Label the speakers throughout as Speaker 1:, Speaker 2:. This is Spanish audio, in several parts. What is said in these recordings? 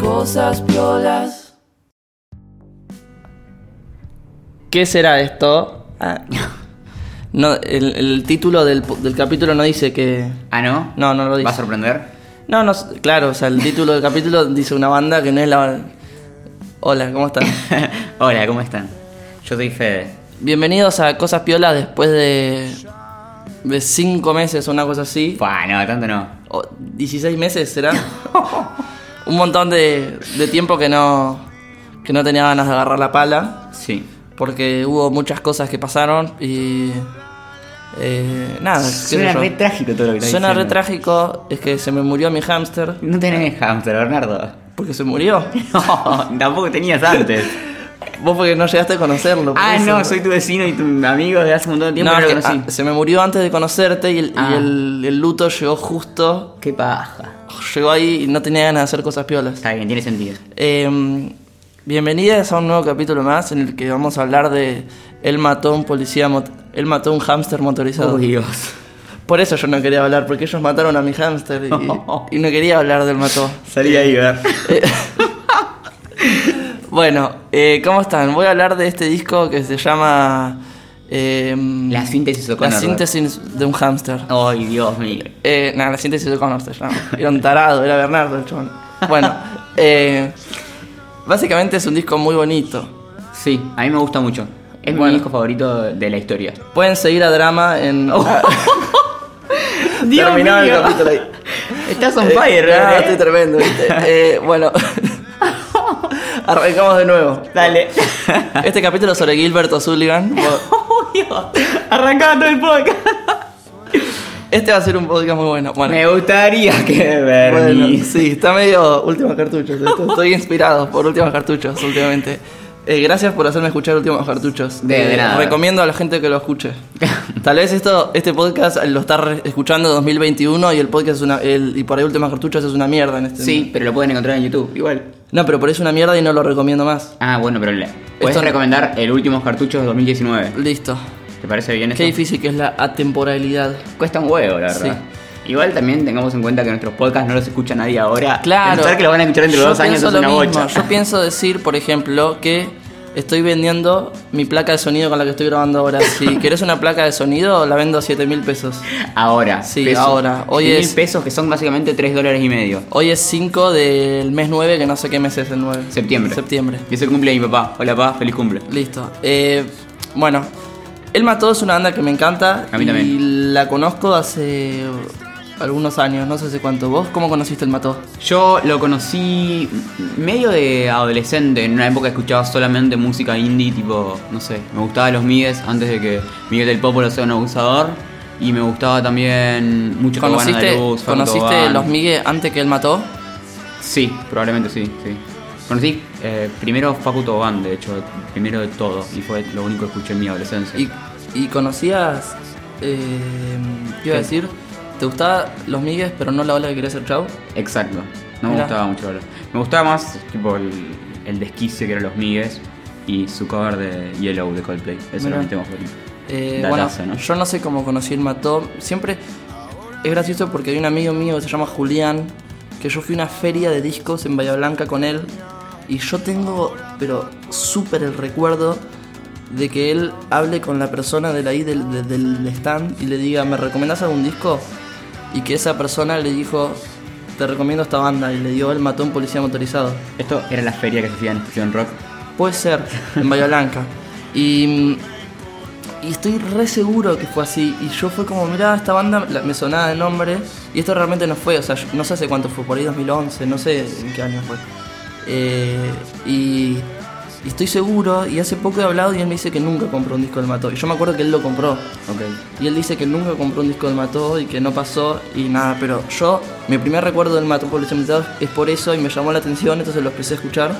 Speaker 1: cosas piolas.
Speaker 2: ¿Qué será esto? Ah, No, el, el título del, del capítulo no dice que...
Speaker 3: Ah, ¿no?
Speaker 2: No, no lo dice.
Speaker 3: ¿Va a sorprender?
Speaker 2: No, no, claro, o sea, el título del capítulo dice una banda que no es la... Hola, ¿cómo están?
Speaker 3: Hola, ¿cómo están? Yo soy Fede.
Speaker 2: Bienvenidos a Cosas Piolas después de... De cinco meses o una cosa así.
Speaker 3: Buah, no, tanto no.
Speaker 2: O 16 meses, ¿será? Un montón de, de tiempo que no... Que no tenía ganas de agarrar la pala.
Speaker 3: Sí.
Speaker 2: Porque hubo muchas cosas que pasaron y... eh, nada, qué sé
Speaker 3: Suena
Speaker 2: yo.
Speaker 3: re trágico todo lo que está
Speaker 2: Suena re
Speaker 3: diciendo.
Speaker 2: trágico, es que se me murió mi hámster,
Speaker 3: No tenés hamster, Bernardo.
Speaker 2: porque se murió.
Speaker 3: No, tampoco tenías antes.
Speaker 2: Vos porque no llegaste a conocerlo. por
Speaker 3: ah,
Speaker 2: eso.
Speaker 3: no, soy tu vecino y tu amigo de hace un montón de tiempo.
Speaker 2: No,
Speaker 3: No, lo
Speaker 2: es que,
Speaker 3: conocí.
Speaker 2: ah, se me murió antes de conocerte y, el, y
Speaker 3: Ah.
Speaker 2: el- el luto llegó justo.
Speaker 3: Qué paja.
Speaker 2: Llegó ahí y no tenía ganas de hacer cosas piolas.
Speaker 3: Está bien, tiene sentido.
Speaker 2: Eh, bienvenidas a un nuevo capítulo más en el que vamos a hablar de él mató a un policía, mot- él mató a un hámster motorizado.
Speaker 3: Oh, Dios.
Speaker 2: Por eso yo no quería hablar, porque ellos mataron a mi hámster y, y no quería hablar del mató.
Speaker 3: Salí ahí, ¿verdad?
Speaker 2: Bueno, eh, ¿cómo están? Voy a hablar de este disco que se llama... eh,
Speaker 3: La síntesis
Speaker 2: La
Speaker 3: O'Connor.
Speaker 2: síntesis de un hámster.
Speaker 3: Ay, Dios mío.
Speaker 2: Eh, nada, la síntesis de Connor se llama. Era un tarado, era Bernardo el chabón. Bueno, eh, básicamente es un disco muy bonito.
Speaker 3: Sí, a mí me gusta mucho. Es mi
Speaker 2: Bueno.
Speaker 3: disco favorito de la historia.
Speaker 2: Pueden seguir a Drama en...
Speaker 3: Oh, Dios
Speaker 2: Terminaba el
Speaker 3: mío.
Speaker 2: capítulo ahí.
Speaker 3: Estás on fire,
Speaker 2: Eh,
Speaker 3: ¿verdad?
Speaker 2: no, estoy tremendo, ¿viste? Eh, bueno, arrancamos de nuevo.
Speaker 3: Dale.
Speaker 2: Este capítulo es sobre Gilberto Sullivan.
Speaker 3: Oh, Dios. Arrancaba todo el podcast.
Speaker 2: Este va a ser un podcast muy bueno. Bueno,
Speaker 3: Me gustaría que Bernie.
Speaker 2: Bueno, sí, está medio últimos cartuchos. Estoy, estoy inspirado por últimos cartuchos últimamente. Eh, gracias por hacerme escuchar últimos cartuchos.
Speaker 3: De
Speaker 2: Eh,
Speaker 3: nada.
Speaker 2: Recomiendo a la gente que lo escuche. Tal vez esto, este podcast lo está re- escuchando en 2021 y el podcast es una, el- y por ahí últimos cartuchos es una mierda en este.
Speaker 3: Sí, pero lo pueden encontrar en YouTube. Igual.
Speaker 2: No, pero por ahí es una mierda y no lo recomiendo más.
Speaker 3: Ah, bueno, pero le. Puedes
Speaker 2: Esto-
Speaker 3: recomendar el último cartucho de 2019.
Speaker 2: Listo.
Speaker 3: ¿Te parece bien eso?
Speaker 2: Qué difícil que es la atemporalidad.
Speaker 3: Cuesta un huevo, la verdad. Igual también tengamos en cuenta que nuestros podcasts no los escucha nadie ahora.
Speaker 2: Claro.
Speaker 3: Pensar que los van a escuchar dentro de
Speaker 2: Yo
Speaker 3: dos años es
Speaker 2: pienso lo
Speaker 3: una
Speaker 2: mismo.
Speaker 3: bocha.
Speaker 2: Yo pienso decir, por ejemplo, que estoy vendiendo mi placa de sonido con la que estoy grabando ahora. Si querés una placa de sonido, la vendo a 7 mil pesos.
Speaker 3: Ahora.
Speaker 2: Sí, ahora. Hoy
Speaker 3: mil
Speaker 2: es-
Speaker 3: pesos que son básicamente 3 dólares y medio.
Speaker 2: Hoy es 5 del mes 9, que no sé qué mes es el 9.
Speaker 3: Septiembre.
Speaker 2: Septiembre.
Speaker 3: Y es el cumple de mi papá. Hola, papá. Feliz cumple.
Speaker 2: Listo. Eh, bueno, El Mató es una banda que me encanta.
Speaker 3: A mí
Speaker 2: y
Speaker 3: también.
Speaker 2: la conozco hace algunos años, no sé hace cuánto. ¿Vos cómo conociste El Mató?
Speaker 3: Yo lo conocí medio de adolescente, en una época escuchaba solamente música indie, tipo, no sé, me gustaba los Migues antes de que Miguel del Popolo sea un abusador y me gustaba también mucho Cabana
Speaker 2: ¿Conociste,
Speaker 3: de Luz, Fausto
Speaker 2: ¿conociste
Speaker 3: Van.
Speaker 2: Los Migue antes que El Mató?
Speaker 3: Sí, probablemente sí, sí. Conocí eh, primero Facu Tobán, de hecho, primero de todo, y fue lo único que escuché en mi adolescencia.
Speaker 2: ¿Y, y conocías, eh, ¿qué iba a
Speaker 3: ¿Qué?
Speaker 2: decir? ¿Te gustaba Los Migues, pero no la ola que quería ser chau?
Speaker 3: Exacto, no me
Speaker 2: Mirá.
Speaker 3: gustaba mucho ahora. Me gustaba más tipo el, el desquice que eran los Migues y su cover de Yellow de Coldplay, eso
Speaker 2: Mirá.
Speaker 3: era mi tema favorito.
Speaker 2: Eh, bueno,
Speaker 3: Datazo, ¿no?
Speaker 2: yo no sé cómo conocí el mató. Siempre es gracioso porque hay un amigo mío que se llama Julián, que yo fui a una feria de discos en Bahía Blanca con él. Y yo tengo, pero súper el recuerdo de que él hable con la persona de la ahí del, de- del stand y le diga, ¿me recomendás algún disco? Y que esa persona le dijo, te recomiendo esta banda. Y le dio el mató a un policía motorizado.
Speaker 3: Esto era la feria que se hacía en Estación Rock.
Speaker 2: Puede ser, en Bahía Blanca. Y, y estoy re seguro que fue así. Y yo fue como, mirá, esta banda la- me sonaba de nombre. Y esto realmente no fue, o sea, yo- no sé hace cuánto fue, por ahí 2011, no sé en qué año fue. Eh, y, y estoy seguro, y hace poco he hablado y él me dice que nunca compró un disco del Mató. Y yo me acuerdo que él lo compró.
Speaker 3: Ok.
Speaker 2: Y él dice que nunca compró un disco del Mató y que no pasó y nada, pero yo, mi primer recuerdo del Mató por los invitados es por eso y me llamó la atención, entonces lo empecé a escuchar.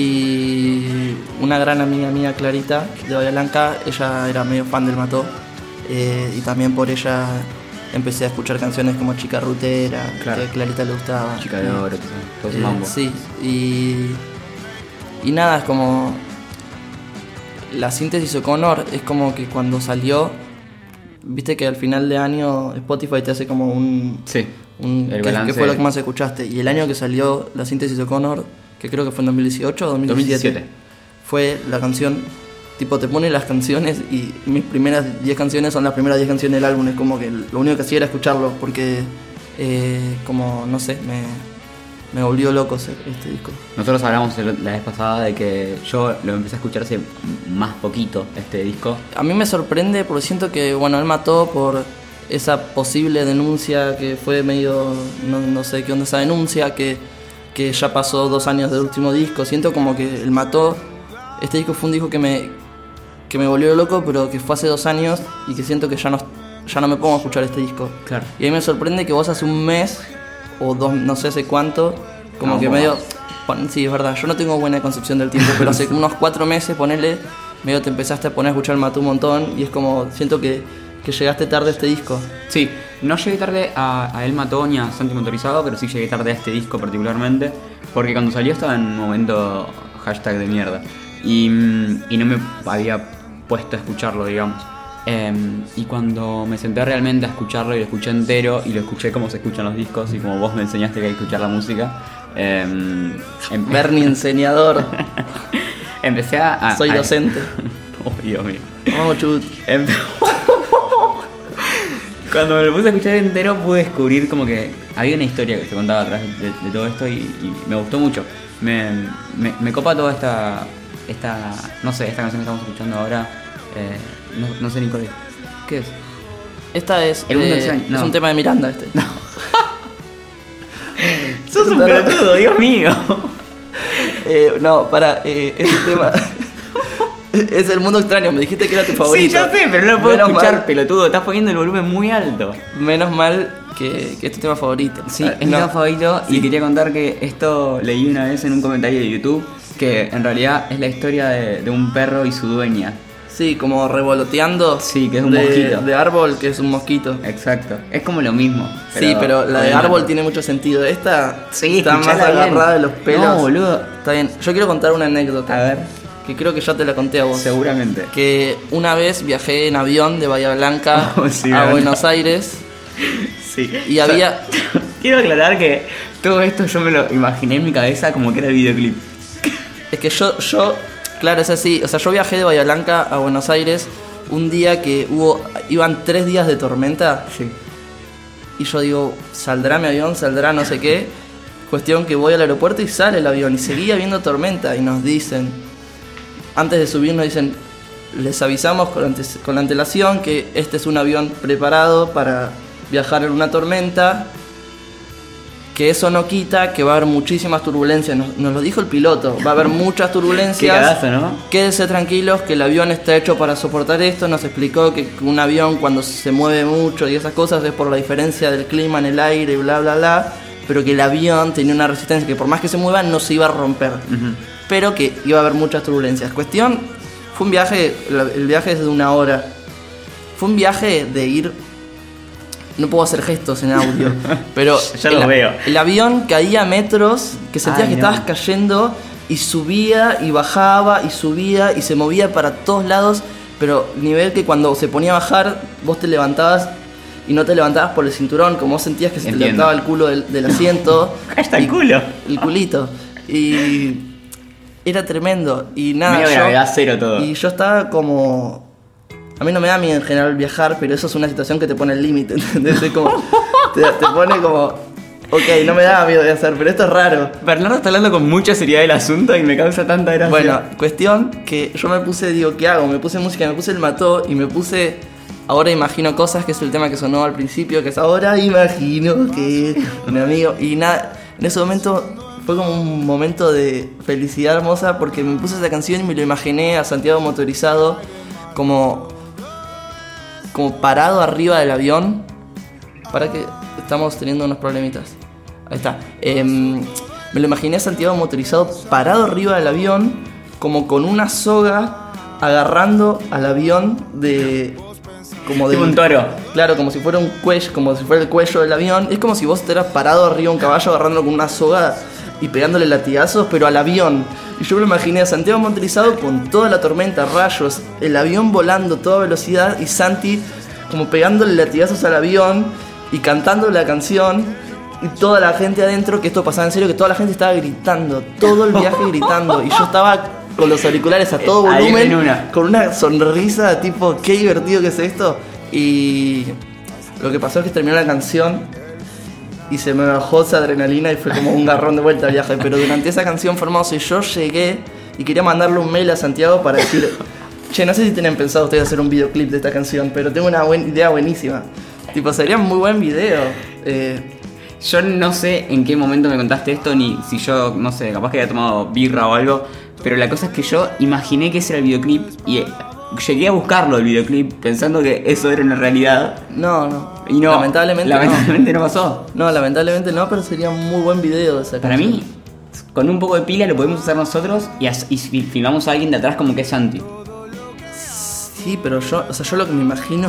Speaker 2: Y una gran amiga mía, Clarita, de Bahía Blanca, ella era medio fan del Mató. eh, y también por ella empecé a escuchar canciones como Chica Rutera,
Speaker 3: Claro.
Speaker 2: que a Clarita le gustaba.
Speaker 3: Chica de
Speaker 2: Eh,
Speaker 3: oro, todo eso, todo ese
Speaker 2: eh,
Speaker 3: mambo.
Speaker 2: Sí, y, y nada, es como. La síntesis O'Connor es como que cuando salió, viste que al final de año Spotify te hace como un.
Speaker 3: Sí.
Speaker 2: un ¿qué-
Speaker 3: El
Speaker 2: ¿qué,
Speaker 3: balance.
Speaker 2: fue lo que más escuchaste? Y el año que salió la síntesis O'Connor que creo que fue en 2018 o 2017.
Speaker 3: 2017.
Speaker 2: Fue la canción, tipo te pone las canciones y mis primeras 10 canciones son las primeras 10 canciones del álbum, es como que lo único que hacía era escucharlo porque eh, como, no sé, me, me volvió loco ese- este disco.
Speaker 3: Nosotros hablamos el- la vez pasada de que yo lo empecé a escuchar hace más poquito, este disco.
Speaker 2: A mí me sorprende porque siento que, bueno, él mató por esa posible denuncia que fue medio, no, no sé qué onda esa denuncia, que, que ya pasó dos años del último disco. Siento como que él mató, este disco fue un disco que me, que me volvió loco, pero que fue hace dos años y que siento que ya no, ya no me pongo a escuchar este disco.
Speaker 3: Claro.
Speaker 2: Y a mí me sorprende que vos hace un mes o dos, no sé hace cuánto, como
Speaker 3: No,
Speaker 2: que
Speaker 3: un poco
Speaker 2: medio... pon- sí, es verdad, yo no tengo buena concepción del tiempo, pero hace como unos cuatro meses, ponele, medio te empezaste a poner a escuchar Matú un montón y es como, siento que, que llegaste tarde a este disco.
Speaker 3: Sí, no llegué tarde a, a El Matón y a Santi Motorizado, pero sí llegué tarde a este disco particularmente, porque cuando salió estaba en un momento hashtag de mierda. Y, mm, y no me había puesto a escucharlo, digamos. Em, y cuando me senté realmente a escucharlo y lo escuché entero y lo escuché como se escuchan los discos y como vos me enseñaste que hay que escuchar la música, em, em-
Speaker 2: Bernie enseñador,
Speaker 3: empecé a... a-
Speaker 2: soy
Speaker 3: a-
Speaker 2: docente.
Speaker 3: Oh, Dios mío.
Speaker 2: Vamos, chut.
Speaker 3: Em- Cuando me lo puse a escuchar entero pude descubrir como que había una historia que se contaba atrás de, de todo esto y, y me gustó mucho. Me, me- me copa toda esta, esta, no sé, esta canción que estamos escuchando ahora. eh, no, no sé ni cuál es. ¿Qué es?
Speaker 2: Esta es,
Speaker 3: El mundo
Speaker 2: eh,
Speaker 3: extraño,
Speaker 2: es
Speaker 3: no.
Speaker 2: un tema de Miranda este.
Speaker 3: Sos un pelotudo, Dios mío.
Speaker 2: Eh, no, para, eh, es un tema... es el mundo extraño, me dijiste que era tu favorito.
Speaker 3: Sí, ya sé, pero no lo puedo
Speaker 2: Menos mal.
Speaker 3: escuchar, pelotudo. Estás poniendo el volumen muy alto.
Speaker 2: Menos mal que, que es tu tema favorito.
Speaker 3: Sí,
Speaker 2: Ah,
Speaker 3: es mi
Speaker 2: no.
Speaker 3: tema favorito y quería contar que esto leí una vez en un comentario de YouTube que en realidad es la historia de, de un perro y su dueña.
Speaker 2: Sí, como revoloteando.
Speaker 3: Sí, que es un
Speaker 2: de,
Speaker 3: mosquito. Eh,
Speaker 2: De árbol, que es un mosquito.
Speaker 3: Exacto, es como lo mismo.
Speaker 2: sí, pero la de
Speaker 3: obviamente.
Speaker 2: árbol tiene mucho sentido. Esta
Speaker 3: Sí,
Speaker 2: está más
Speaker 3: escuchala bien.
Speaker 2: agarrada de los pelos.
Speaker 3: No, boludo.
Speaker 2: Está bien. Yo quiero contar una anécdota.
Speaker 3: A ver.
Speaker 2: Que creo que ya te la conté a vos.
Speaker 3: Seguramente.
Speaker 2: Que una vez viajé en avión de Bahía Blanca
Speaker 3: Oh, sí,
Speaker 2: a
Speaker 3: ¿verdad?
Speaker 2: Buenos Aires.
Speaker 3: Sí.
Speaker 2: Y había-
Speaker 3: Quiero aclarar que todo esto yo me lo imaginé en mi cabeza como que era el videoclip.
Speaker 2: Es que yo, yo, claro, es así. O sea, yo viajé de Bahía Blanca a Buenos Aires un día que hubo, iban tres días de tormenta.
Speaker 3: Sí.
Speaker 2: Y yo digo, saldrá mi avión, saldrá no sé qué. Cuestión que voy al aeropuerto y sale el avión y seguía habiendo tormenta y nos dicen, antes de subir nos dicen, les avisamos con, antes- con la antelación que este es un avión preparado para viajar en una tormenta, que eso no quita que va a haber muchísimas turbulencias, nos, nos lo dijo el piloto, va a haber muchas turbulencias.
Speaker 3: Qué cagazo, ¿no?
Speaker 2: Quédense tranquilos que el avión está hecho para soportar esto. Nos explicó que un avión cuando se mueve mucho y esas cosas es por la diferencia del clima en el aire y bla bla bla. Pero que el avión tenía una resistencia que por más que se mueva no se iba a romper. Pero que iba a haber muchas turbulencias. Cuestión, fue un viaje, la- el viaje es de una hora. Fue un viaje de ir... No puedo hacer gestos en audio, pero
Speaker 3: Ya lo
Speaker 2: el-
Speaker 3: veo.
Speaker 2: el avión caía a metros, que sentías
Speaker 3: Ay,
Speaker 2: que
Speaker 3: no.
Speaker 2: estabas cayendo y subía y bajaba y subía y se movía para todos lados, pero nivel que cuando se ponía a bajar vos te levantabas y no te levantabas por el cinturón, como vos sentías que se te
Speaker 3: Entiendo.
Speaker 2: levantaba el culo del, del asiento.
Speaker 3: Hasta el
Speaker 2: Y-
Speaker 3: culo.
Speaker 2: El culito. Y era tremendo. Y nada,
Speaker 3: Medio
Speaker 2: yo-
Speaker 3: gravedad cero todo.
Speaker 2: Y yo estaba como... A mí no me da miedo en general viajar, pero eso es una situación que te pone el límite, ¿entendés? Es como- te, te pone como... Ok, no me da miedo de hacer, pero esto es raro.
Speaker 3: Bernardo está hablando con mucha seriedad del asunto y me causa tanta gracia.
Speaker 2: Bueno, cuestión que yo me puse, digo, ¿qué hago? Me puse música, me puse el mató y me puse. Ahora imagino cosas, que es el tema que sonó al principio, que es ahora imagino que. Mi amigo. Y nada, en ese momento fue como un momento de felicidad hermosa porque me puse esa canción y me lo imaginé a Santiago motorizado como. como parado arriba del avión. Para que estamos teniendo unos problemitas. Ahí está. Em, me lo imaginé a Santiago motorizado parado arriba del avión, como con una soga agarrando al avión de. como de.
Speaker 3: Tipo un toro.
Speaker 2: Claro, como si fuera un cuello, como si fuera el cuello del avión. Es como si vos estuvieras parado arriba de un caballo agarrándolo con una soga y pegándole latigazos, pero al avión. Y yo me lo imaginé a Santiago Montrizado con toda la tormenta, rayos, el avión volando a toda velocidad y Santi como pegándole latigazos al avión y cantando la canción y toda la gente adentro, que esto pasaba en serio, que toda la gente estaba gritando, todo el viaje gritando, y yo estaba con los auriculares a todo
Speaker 3: Ahí en
Speaker 2: volumen,
Speaker 3: una.
Speaker 2: con una sonrisa tipo, qué divertido que es esto, y lo que pasó es que terminó la canción y se me bajó esa adrenalina y fue como un garrón de vuelta al viaje, pero durante esa canción fue hermoso y yo llegué y quería mandarle un mail a Santiago para decir, che, no sé si tienen pensado ustedes hacer un videoclip de esta canción, pero tengo una buena idea buenísima. Tipo, sería un muy buen video. Eh,
Speaker 3: Yo no sé en qué momento me contaste esto, ni si yo, no sé, capaz que había tomado birra o algo, pero la cosa es que yo imaginé que ese era el videoclip y eh, llegué a buscarlo el videoclip pensando que eso era una realidad.
Speaker 2: No, no.
Speaker 3: Y no,
Speaker 2: Lamentablemente.
Speaker 3: lamentablemente no pasó.
Speaker 2: No. no, lamentablemente no, pero sería un muy buen video de esa
Speaker 3: Para
Speaker 2: canción.
Speaker 3: mí, con un poco de pila lo podemos hacer nosotros y, as- y fil- filmamos a alguien de atrás como que es Santi.
Speaker 2: Sí, pero yo, o sea, yo lo que me imagino,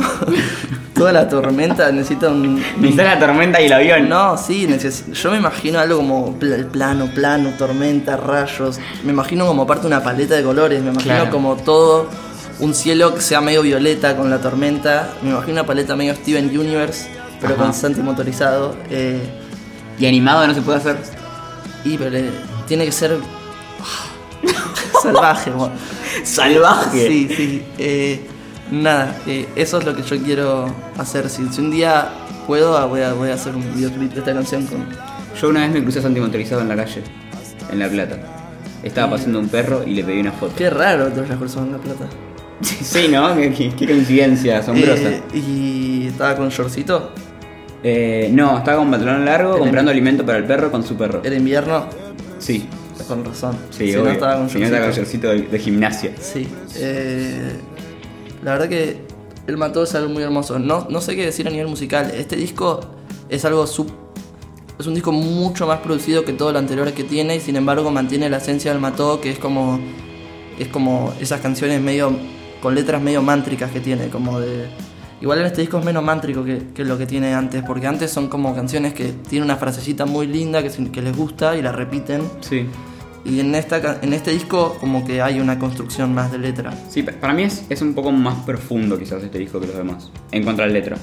Speaker 2: toda la tormenta necesita un.
Speaker 3: Necesitas la tormenta y el avión.
Speaker 2: Mm. No, sí, neces- yo me imagino algo como pl- plano, plano, tormenta, rayos. Me imagino como parte una paleta de colores. Me imagino
Speaker 3: Claro.
Speaker 2: como todo un cielo que sea medio violeta con la tormenta. Me imagino una paleta medio Steven Universe, pero
Speaker 3: Ajá.
Speaker 2: con Santi motorizado. Eh,
Speaker 3: Y animado no se puede hacer.
Speaker 2: y pero eh, tiene que ser salvaje. bueno.
Speaker 3: Salvaje.
Speaker 2: Sí, sí. eh, nada, eh, eso es lo que yo quiero hacer. Si, si un día puedo, ah, voy a, voy a hacer un videoclip de esta canción con...
Speaker 3: Yo una vez me crucé a Santi motorizado en la calle, en La Plata. Estaba pasando un perro y le pedí una foto.
Speaker 2: Qué raro todas las personas en La Plata.
Speaker 3: Sí, ¿no? Qué, qué- qué coincidencia asombrosa.
Speaker 2: Eh, y estaba con shortcito,
Speaker 3: Eh, no, estaba con pantalón largo comprando alimento para el perro con su perro.
Speaker 2: era invierno,
Speaker 3: Sí,
Speaker 2: con razón.
Speaker 3: sí,
Speaker 2: Eh, si
Speaker 3: obvio.
Speaker 2: no estaba con
Speaker 3: Si no estaba con
Speaker 2: shortcito.
Speaker 3: shortcito de, de gimnasia.
Speaker 2: Sí. eh, la verdad que El Mató es algo muy hermoso. No, no sé qué decir a nivel musical. Este disco es algo sub- Es un disco mucho más producido que todo lo anterior que tiene y sin embargo mantiene la esencia del Mató que es como. Es como esas canciones medio. con letras medio mántricas que tiene, como de. Igual en este disco es menos mántrico que, que lo que tiene antes, porque antes son como canciones que tienen una frasecita muy linda que, se- que les gusta y la repiten.
Speaker 3: Sí.
Speaker 2: Y en, esta, ca- en este disco como que hay una construcción más de letra.
Speaker 3: Sí, pa- para mí es, es un poco más profundo quizás este disco que los demás. En cuanto a la letra.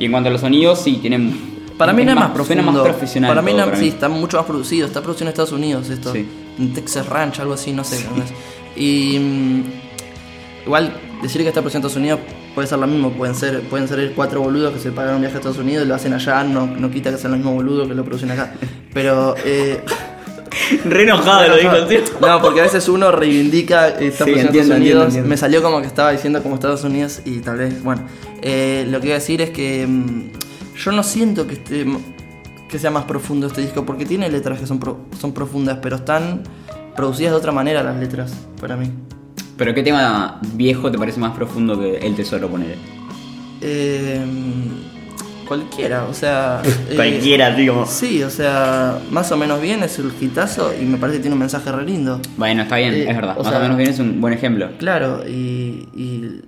Speaker 3: Y en cuanto a los sonidos, sí, tienen...
Speaker 2: Para mí no es más,
Speaker 3: Suena
Speaker 2: profundo.
Speaker 3: más profesional
Speaker 2: Para mí,
Speaker 3: todo,
Speaker 2: no- sí, está mucho más producido. Está producido en Estados Unidos esto.
Speaker 3: Sí.
Speaker 2: En Texas Ranch, algo así, no sé. no sé. Y mm, igual decir que está producido en Estados Unidos puede ser lo mismo. Pueden ser, pueden ser cuatro boludos que se pagan un viaje a Estados Unidos y lo hacen allá. No, no quita que sean los mismos boludos que lo producen acá. Pero... eh,
Speaker 3: Re enojado Ah, lo dijo, ¿cierto?
Speaker 2: No, porque a veces uno reivindica eh, está
Speaker 3: Sí,
Speaker 2: produciendo en
Speaker 3: entiendo,
Speaker 2: Estados Unidos.
Speaker 3: entiendo, entiendo.
Speaker 2: Me salió como que estaba diciendo como Estados Unidos y tal vez, bueno. Eh, lo que iba a decir es que mm, yo no siento que esté m- que sea más profundo este disco, porque tiene letras que son, pro- son profundas, pero están producidas de otra manera las letras, para mí.
Speaker 3: Pero ¿qué tema viejo te parece más profundo que El Tesoro, poner?
Speaker 2: Eh, cualquiera, o sea... eh,
Speaker 3: Cualquiera, digo.
Speaker 2: Sí, o sea, más o menos bien es el hitazo y me parece que tiene un mensaje re lindo.
Speaker 3: Bueno, está bien,
Speaker 2: Eh,
Speaker 3: es verdad.
Speaker 2: o
Speaker 3: Más
Speaker 2: sea-
Speaker 3: o menos bien es un buen ejemplo.
Speaker 2: Claro, y, y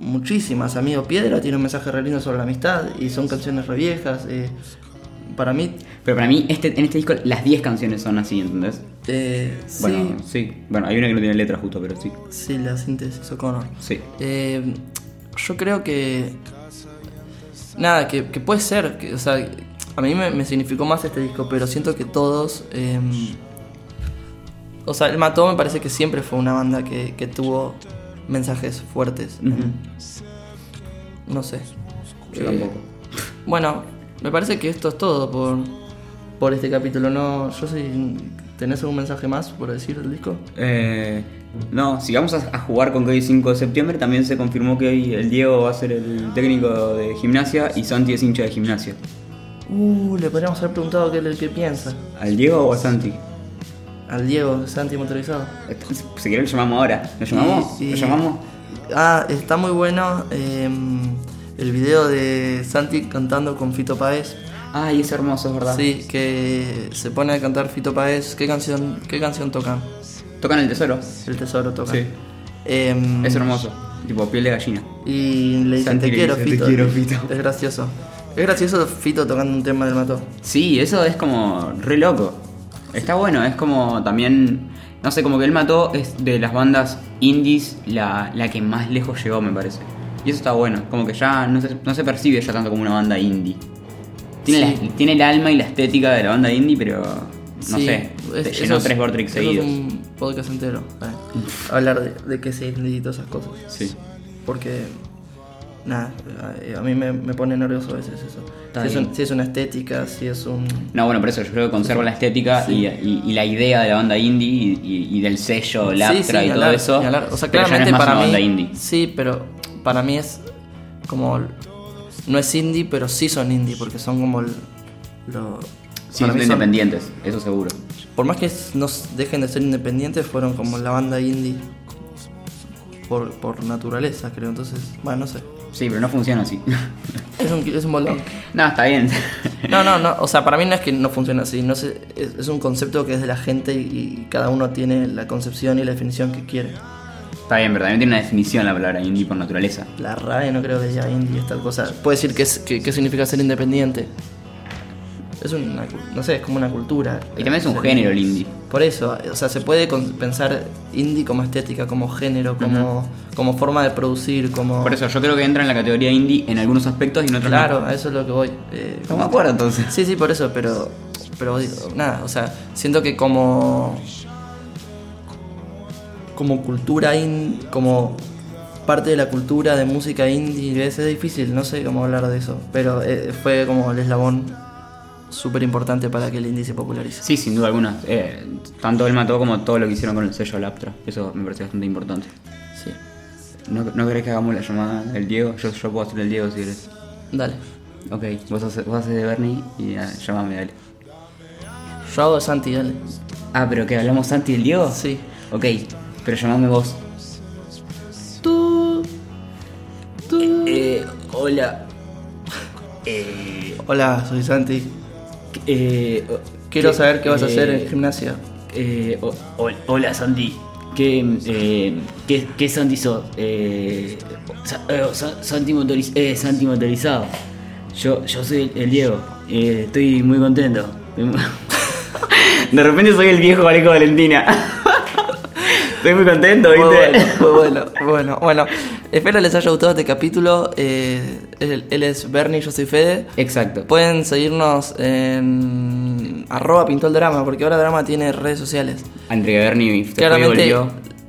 Speaker 2: muchísimas. Amigo Piedra tiene un mensaje re lindo sobre la amistad y son canciones re viejas. eh, para mí,
Speaker 3: Pero para mí, este, en este disco, las 10 canciones son así, ¿entendés?
Speaker 2: eh, sí,
Speaker 3: Bueno, sí. Bueno, hay una que no tiene letra justo, pero sí.
Speaker 2: sí, la síntesis O'Connor.
Speaker 3: Sí.
Speaker 2: Eh, yo creo que. Nada, que, que puede ser. que, o sea, a mí me, me significó más este disco, pero siento que todos. eh, o sea, El Mató me parece que siempre fue una banda que, que tuvo mensajes fuertes.
Speaker 3: Ujú.
Speaker 2: No sé.
Speaker 3: Mm. Yo
Speaker 2: Eh,
Speaker 3: tampoco.
Speaker 2: Bueno, me parece que esto es todo por, por este capítulo. No, yo si tenés algún mensaje más por decir del disco.
Speaker 3: Eh, no, si vamos a, a jugar con que hoy es 5 de septiembre, también se confirmó que hoy el Diego va a ser el técnico de gimnasia y Santi es hincha de gimnasia.
Speaker 2: Uh, le podríamos haber preguntado qué, qué piensa.
Speaker 3: ¿Al Diego o a Santi?
Speaker 2: Al Diego, Santi motorizado.
Speaker 3: Si quieren lo llamamos ahora. ¿Lo llamamos?
Speaker 2: Sí, sí.
Speaker 3: ¿Lo llamamos?
Speaker 2: Ah, está muy bueno eh, el video de Santi cantando con Fito Páez.
Speaker 3: Ay, es hermoso, es verdad.
Speaker 2: Sí, que se pone a cantar Fito Páez. ¿Qué canción, qué canción tocan?
Speaker 3: Tocan el tesoro.
Speaker 2: El tesoro toca. Em,
Speaker 3: Sí. Es hermoso. Tipo piel de gallina.
Speaker 2: Y le dicen
Speaker 3: Santi
Speaker 2: te
Speaker 3: le
Speaker 2: quiero,
Speaker 3: dice, "Te
Speaker 2: Fito.
Speaker 3: quiero, Fito.
Speaker 2: Es gracioso. Es gracioso Fito tocando un tema del mató.
Speaker 3: Sí, eso es como re loco. Está bueno, es como también. No sé, como que él mató es de las bandas indies la, la que más lejos llegó, me parece. Y eso está bueno, como que ya no se, no se percibe ya tanto como una banda indie. Tiene,
Speaker 2: Sí.
Speaker 3: la- tiene el alma y la estética de la banda indie, pero no
Speaker 2: Sí,
Speaker 3: sé.
Speaker 2: es-
Speaker 3: Te
Speaker 2: eso
Speaker 3: llenó
Speaker 2: es-
Speaker 3: tres Vortrix
Speaker 2: eso es
Speaker 3: seguidos.
Speaker 2: un podcast entero. para Hablar de, de qué se indie y todas esas cosas.
Speaker 3: Sí.
Speaker 2: Porque, nada, eh, a, a mí me, me pone nervioso a veces eso.
Speaker 3: Está
Speaker 2: si, es un-
Speaker 3: bien.
Speaker 2: si es una estética, si es un...
Speaker 3: No, bueno, por eso yo creo que conserva la estética y, y- y la idea de la banda indie y, y- y del sello Laptra
Speaker 2: sí,
Speaker 3: y
Speaker 2: ni
Speaker 3: todo
Speaker 2: hablar,
Speaker 3: eso.
Speaker 2: ni hablar. O sea,
Speaker 3: pero ya no
Speaker 2: claramente
Speaker 3: es más
Speaker 2: para
Speaker 3: una
Speaker 2: mí...
Speaker 3: banda indie.
Speaker 2: Sí, pero para mí es como... No es indie, pero sí son indie, porque son como... el- Lo,
Speaker 3: Sí,
Speaker 2: para
Speaker 3: son
Speaker 2: mí son-
Speaker 3: independientes, eso seguro.
Speaker 2: Por más que nos dejen de ser independientes, fueron como la banda indie por, por naturaleza, creo. Entonces, bueno, no sé.
Speaker 3: Sí, pero no funciona así.
Speaker 2: Es un, es un bolón.
Speaker 3: no, está bien.
Speaker 2: No, no, no. O sea, para mí no es que no funcione así. No sé, es, es un concepto que es de la gente y, y cada uno tiene la concepción y la definición que quiere.
Speaker 3: está bien, pero también tiene una definición la palabra indie por naturaleza.
Speaker 2: La RAE no creo que sea indie, es tal cosa. Puede decir qué es- qué qué significa ser independiente. Es una, cu- no sé, es como una cultura.
Speaker 3: Y también es un
Speaker 2: Ser-
Speaker 3: género el indie.
Speaker 2: Por eso, o sea, se puede con- pensar indie como estética, como género, como, como forma de producir, como...
Speaker 3: Por eso yo creo que entra en la categoría indie en algunos aspectos y en otros
Speaker 2: Claro,
Speaker 3: no.
Speaker 2: a eso es lo que voy. eh,
Speaker 3: No me acuerdo entonces.
Speaker 2: Sí, sí, por eso, pero, pero digo, nada, o sea, siento que como como cultura in, como parte de la cultura de música indie es, es difícil, no sé cómo hablar de eso, pero eh, fue como el eslabón súper importante para que el indie se popularice.
Speaker 3: Sí, sin duda alguna. Eh, tanto él mató como todo lo que hicieron con el sello Laptra. Eso me parece bastante importante.
Speaker 2: Sí,
Speaker 3: ¿No, no querés que hagamos la llamada del Diego? Yo, yo puedo hacer el Diego si querés.
Speaker 2: dale.
Speaker 3: Ok, vos haces, vos haces de Bernie y ah, llamame, dale.
Speaker 2: Yo hago de Santi, dale.
Speaker 3: Ah, pero que hablamos Santi del Diego?
Speaker 2: Sí.
Speaker 3: Ok, pero llamame vos.
Speaker 2: Tú, tú.
Speaker 3: Eh, hola. Eh,
Speaker 2: Hola, soy Santi.
Speaker 3: eh,
Speaker 2: Quiero saber qué vas a hacer en gimnasia.
Speaker 3: Eh, o- o- hola Sandy. ¿Qué, eh, qué, qué Sandy sos? Eh, Sa- eh, Sa- Santi, motoriz- eh, Santi motorizado. Yo, yo soy el, el Diego. Eh, estoy muy contento. Estoy muy- De repente soy el viejo Alejo Valentina. estoy muy contento,
Speaker 2: Muy
Speaker 3: ¿viste?
Speaker 2: bueno, muy bueno, muy bueno, bueno. Espero les haya gustado este capítulo. Eh, él, él es Bernie, yo soy Fede.
Speaker 3: Exacto.
Speaker 2: Pueden seguirnos en arroba pintó el drama, porque ahora drama tiene redes sociales.
Speaker 3: Andrea Berni,
Speaker 2: Claramente.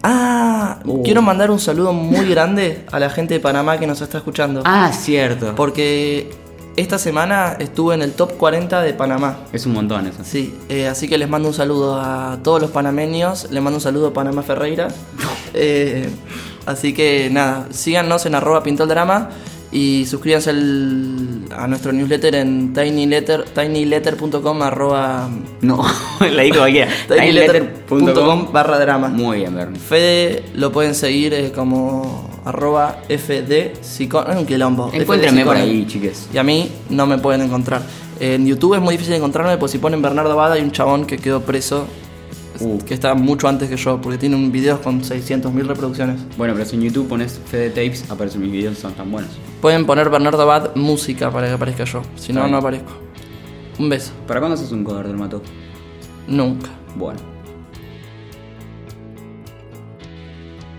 Speaker 2: Ah,
Speaker 3: Uh.
Speaker 2: quiero mandar un saludo muy grande a la gente de Panamá que nos está escuchando.
Speaker 3: Ah, cierto.
Speaker 2: Porque esta semana estuve en el top 40 de Panamá.
Speaker 3: Es un montón eso.
Speaker 2: Sí, eh, así que les mando un saludo a todos los panameños, les mando un saludo a Panamá Ferreira. Eh, así que nada, síganos en arroba pintaldrama y suscríbanse al- a nuestro newsletter en tinyletter, tinyletter.com arroba
Speaker 3: No, la digo cualquiera.
Speaker 2: tinyletter.com barra drama.
Speaker 3: Muy bien, Bernie.
Speaker 2: Fede lo pueden seguir eh, como arroba fd psicón- es un quilombo.
Speaker 3: Encuéntrame
Speaker 2: FD
Speaker 3: por
Speaker 2: psicón.
Speaker 3: ahí, chiques.
Speaker 2: Y a mí no me pueden encontrar. En YouTube es muy difícil encontrarme porque si ponen Bernardo Abada hay un chabón que quedó preso.
Speaker 3: Uh.
Speaker 2: Que está mucho antes que yo porque tiene un video con 600.000 reproducciones.
Speaker 3: Bueno, pero si en YouTube pones Fede Tapes, aparecen mis videos, son tan buenos.
Speaker 2: Pueden poner Bernardo Abad música para que aparezca yo. Si no,
Speaker 3: Está bien.
Speaker 2: no aparezco. Un beso.
Speaker 3: ¿Para cuándo haces un cover del Mato?
Speaker 2: Nunca.
Speaker 3: Bueno.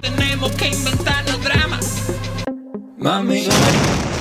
Speaker 1: Tenemos que inventarnos dramas.
Speaker 4: Mami,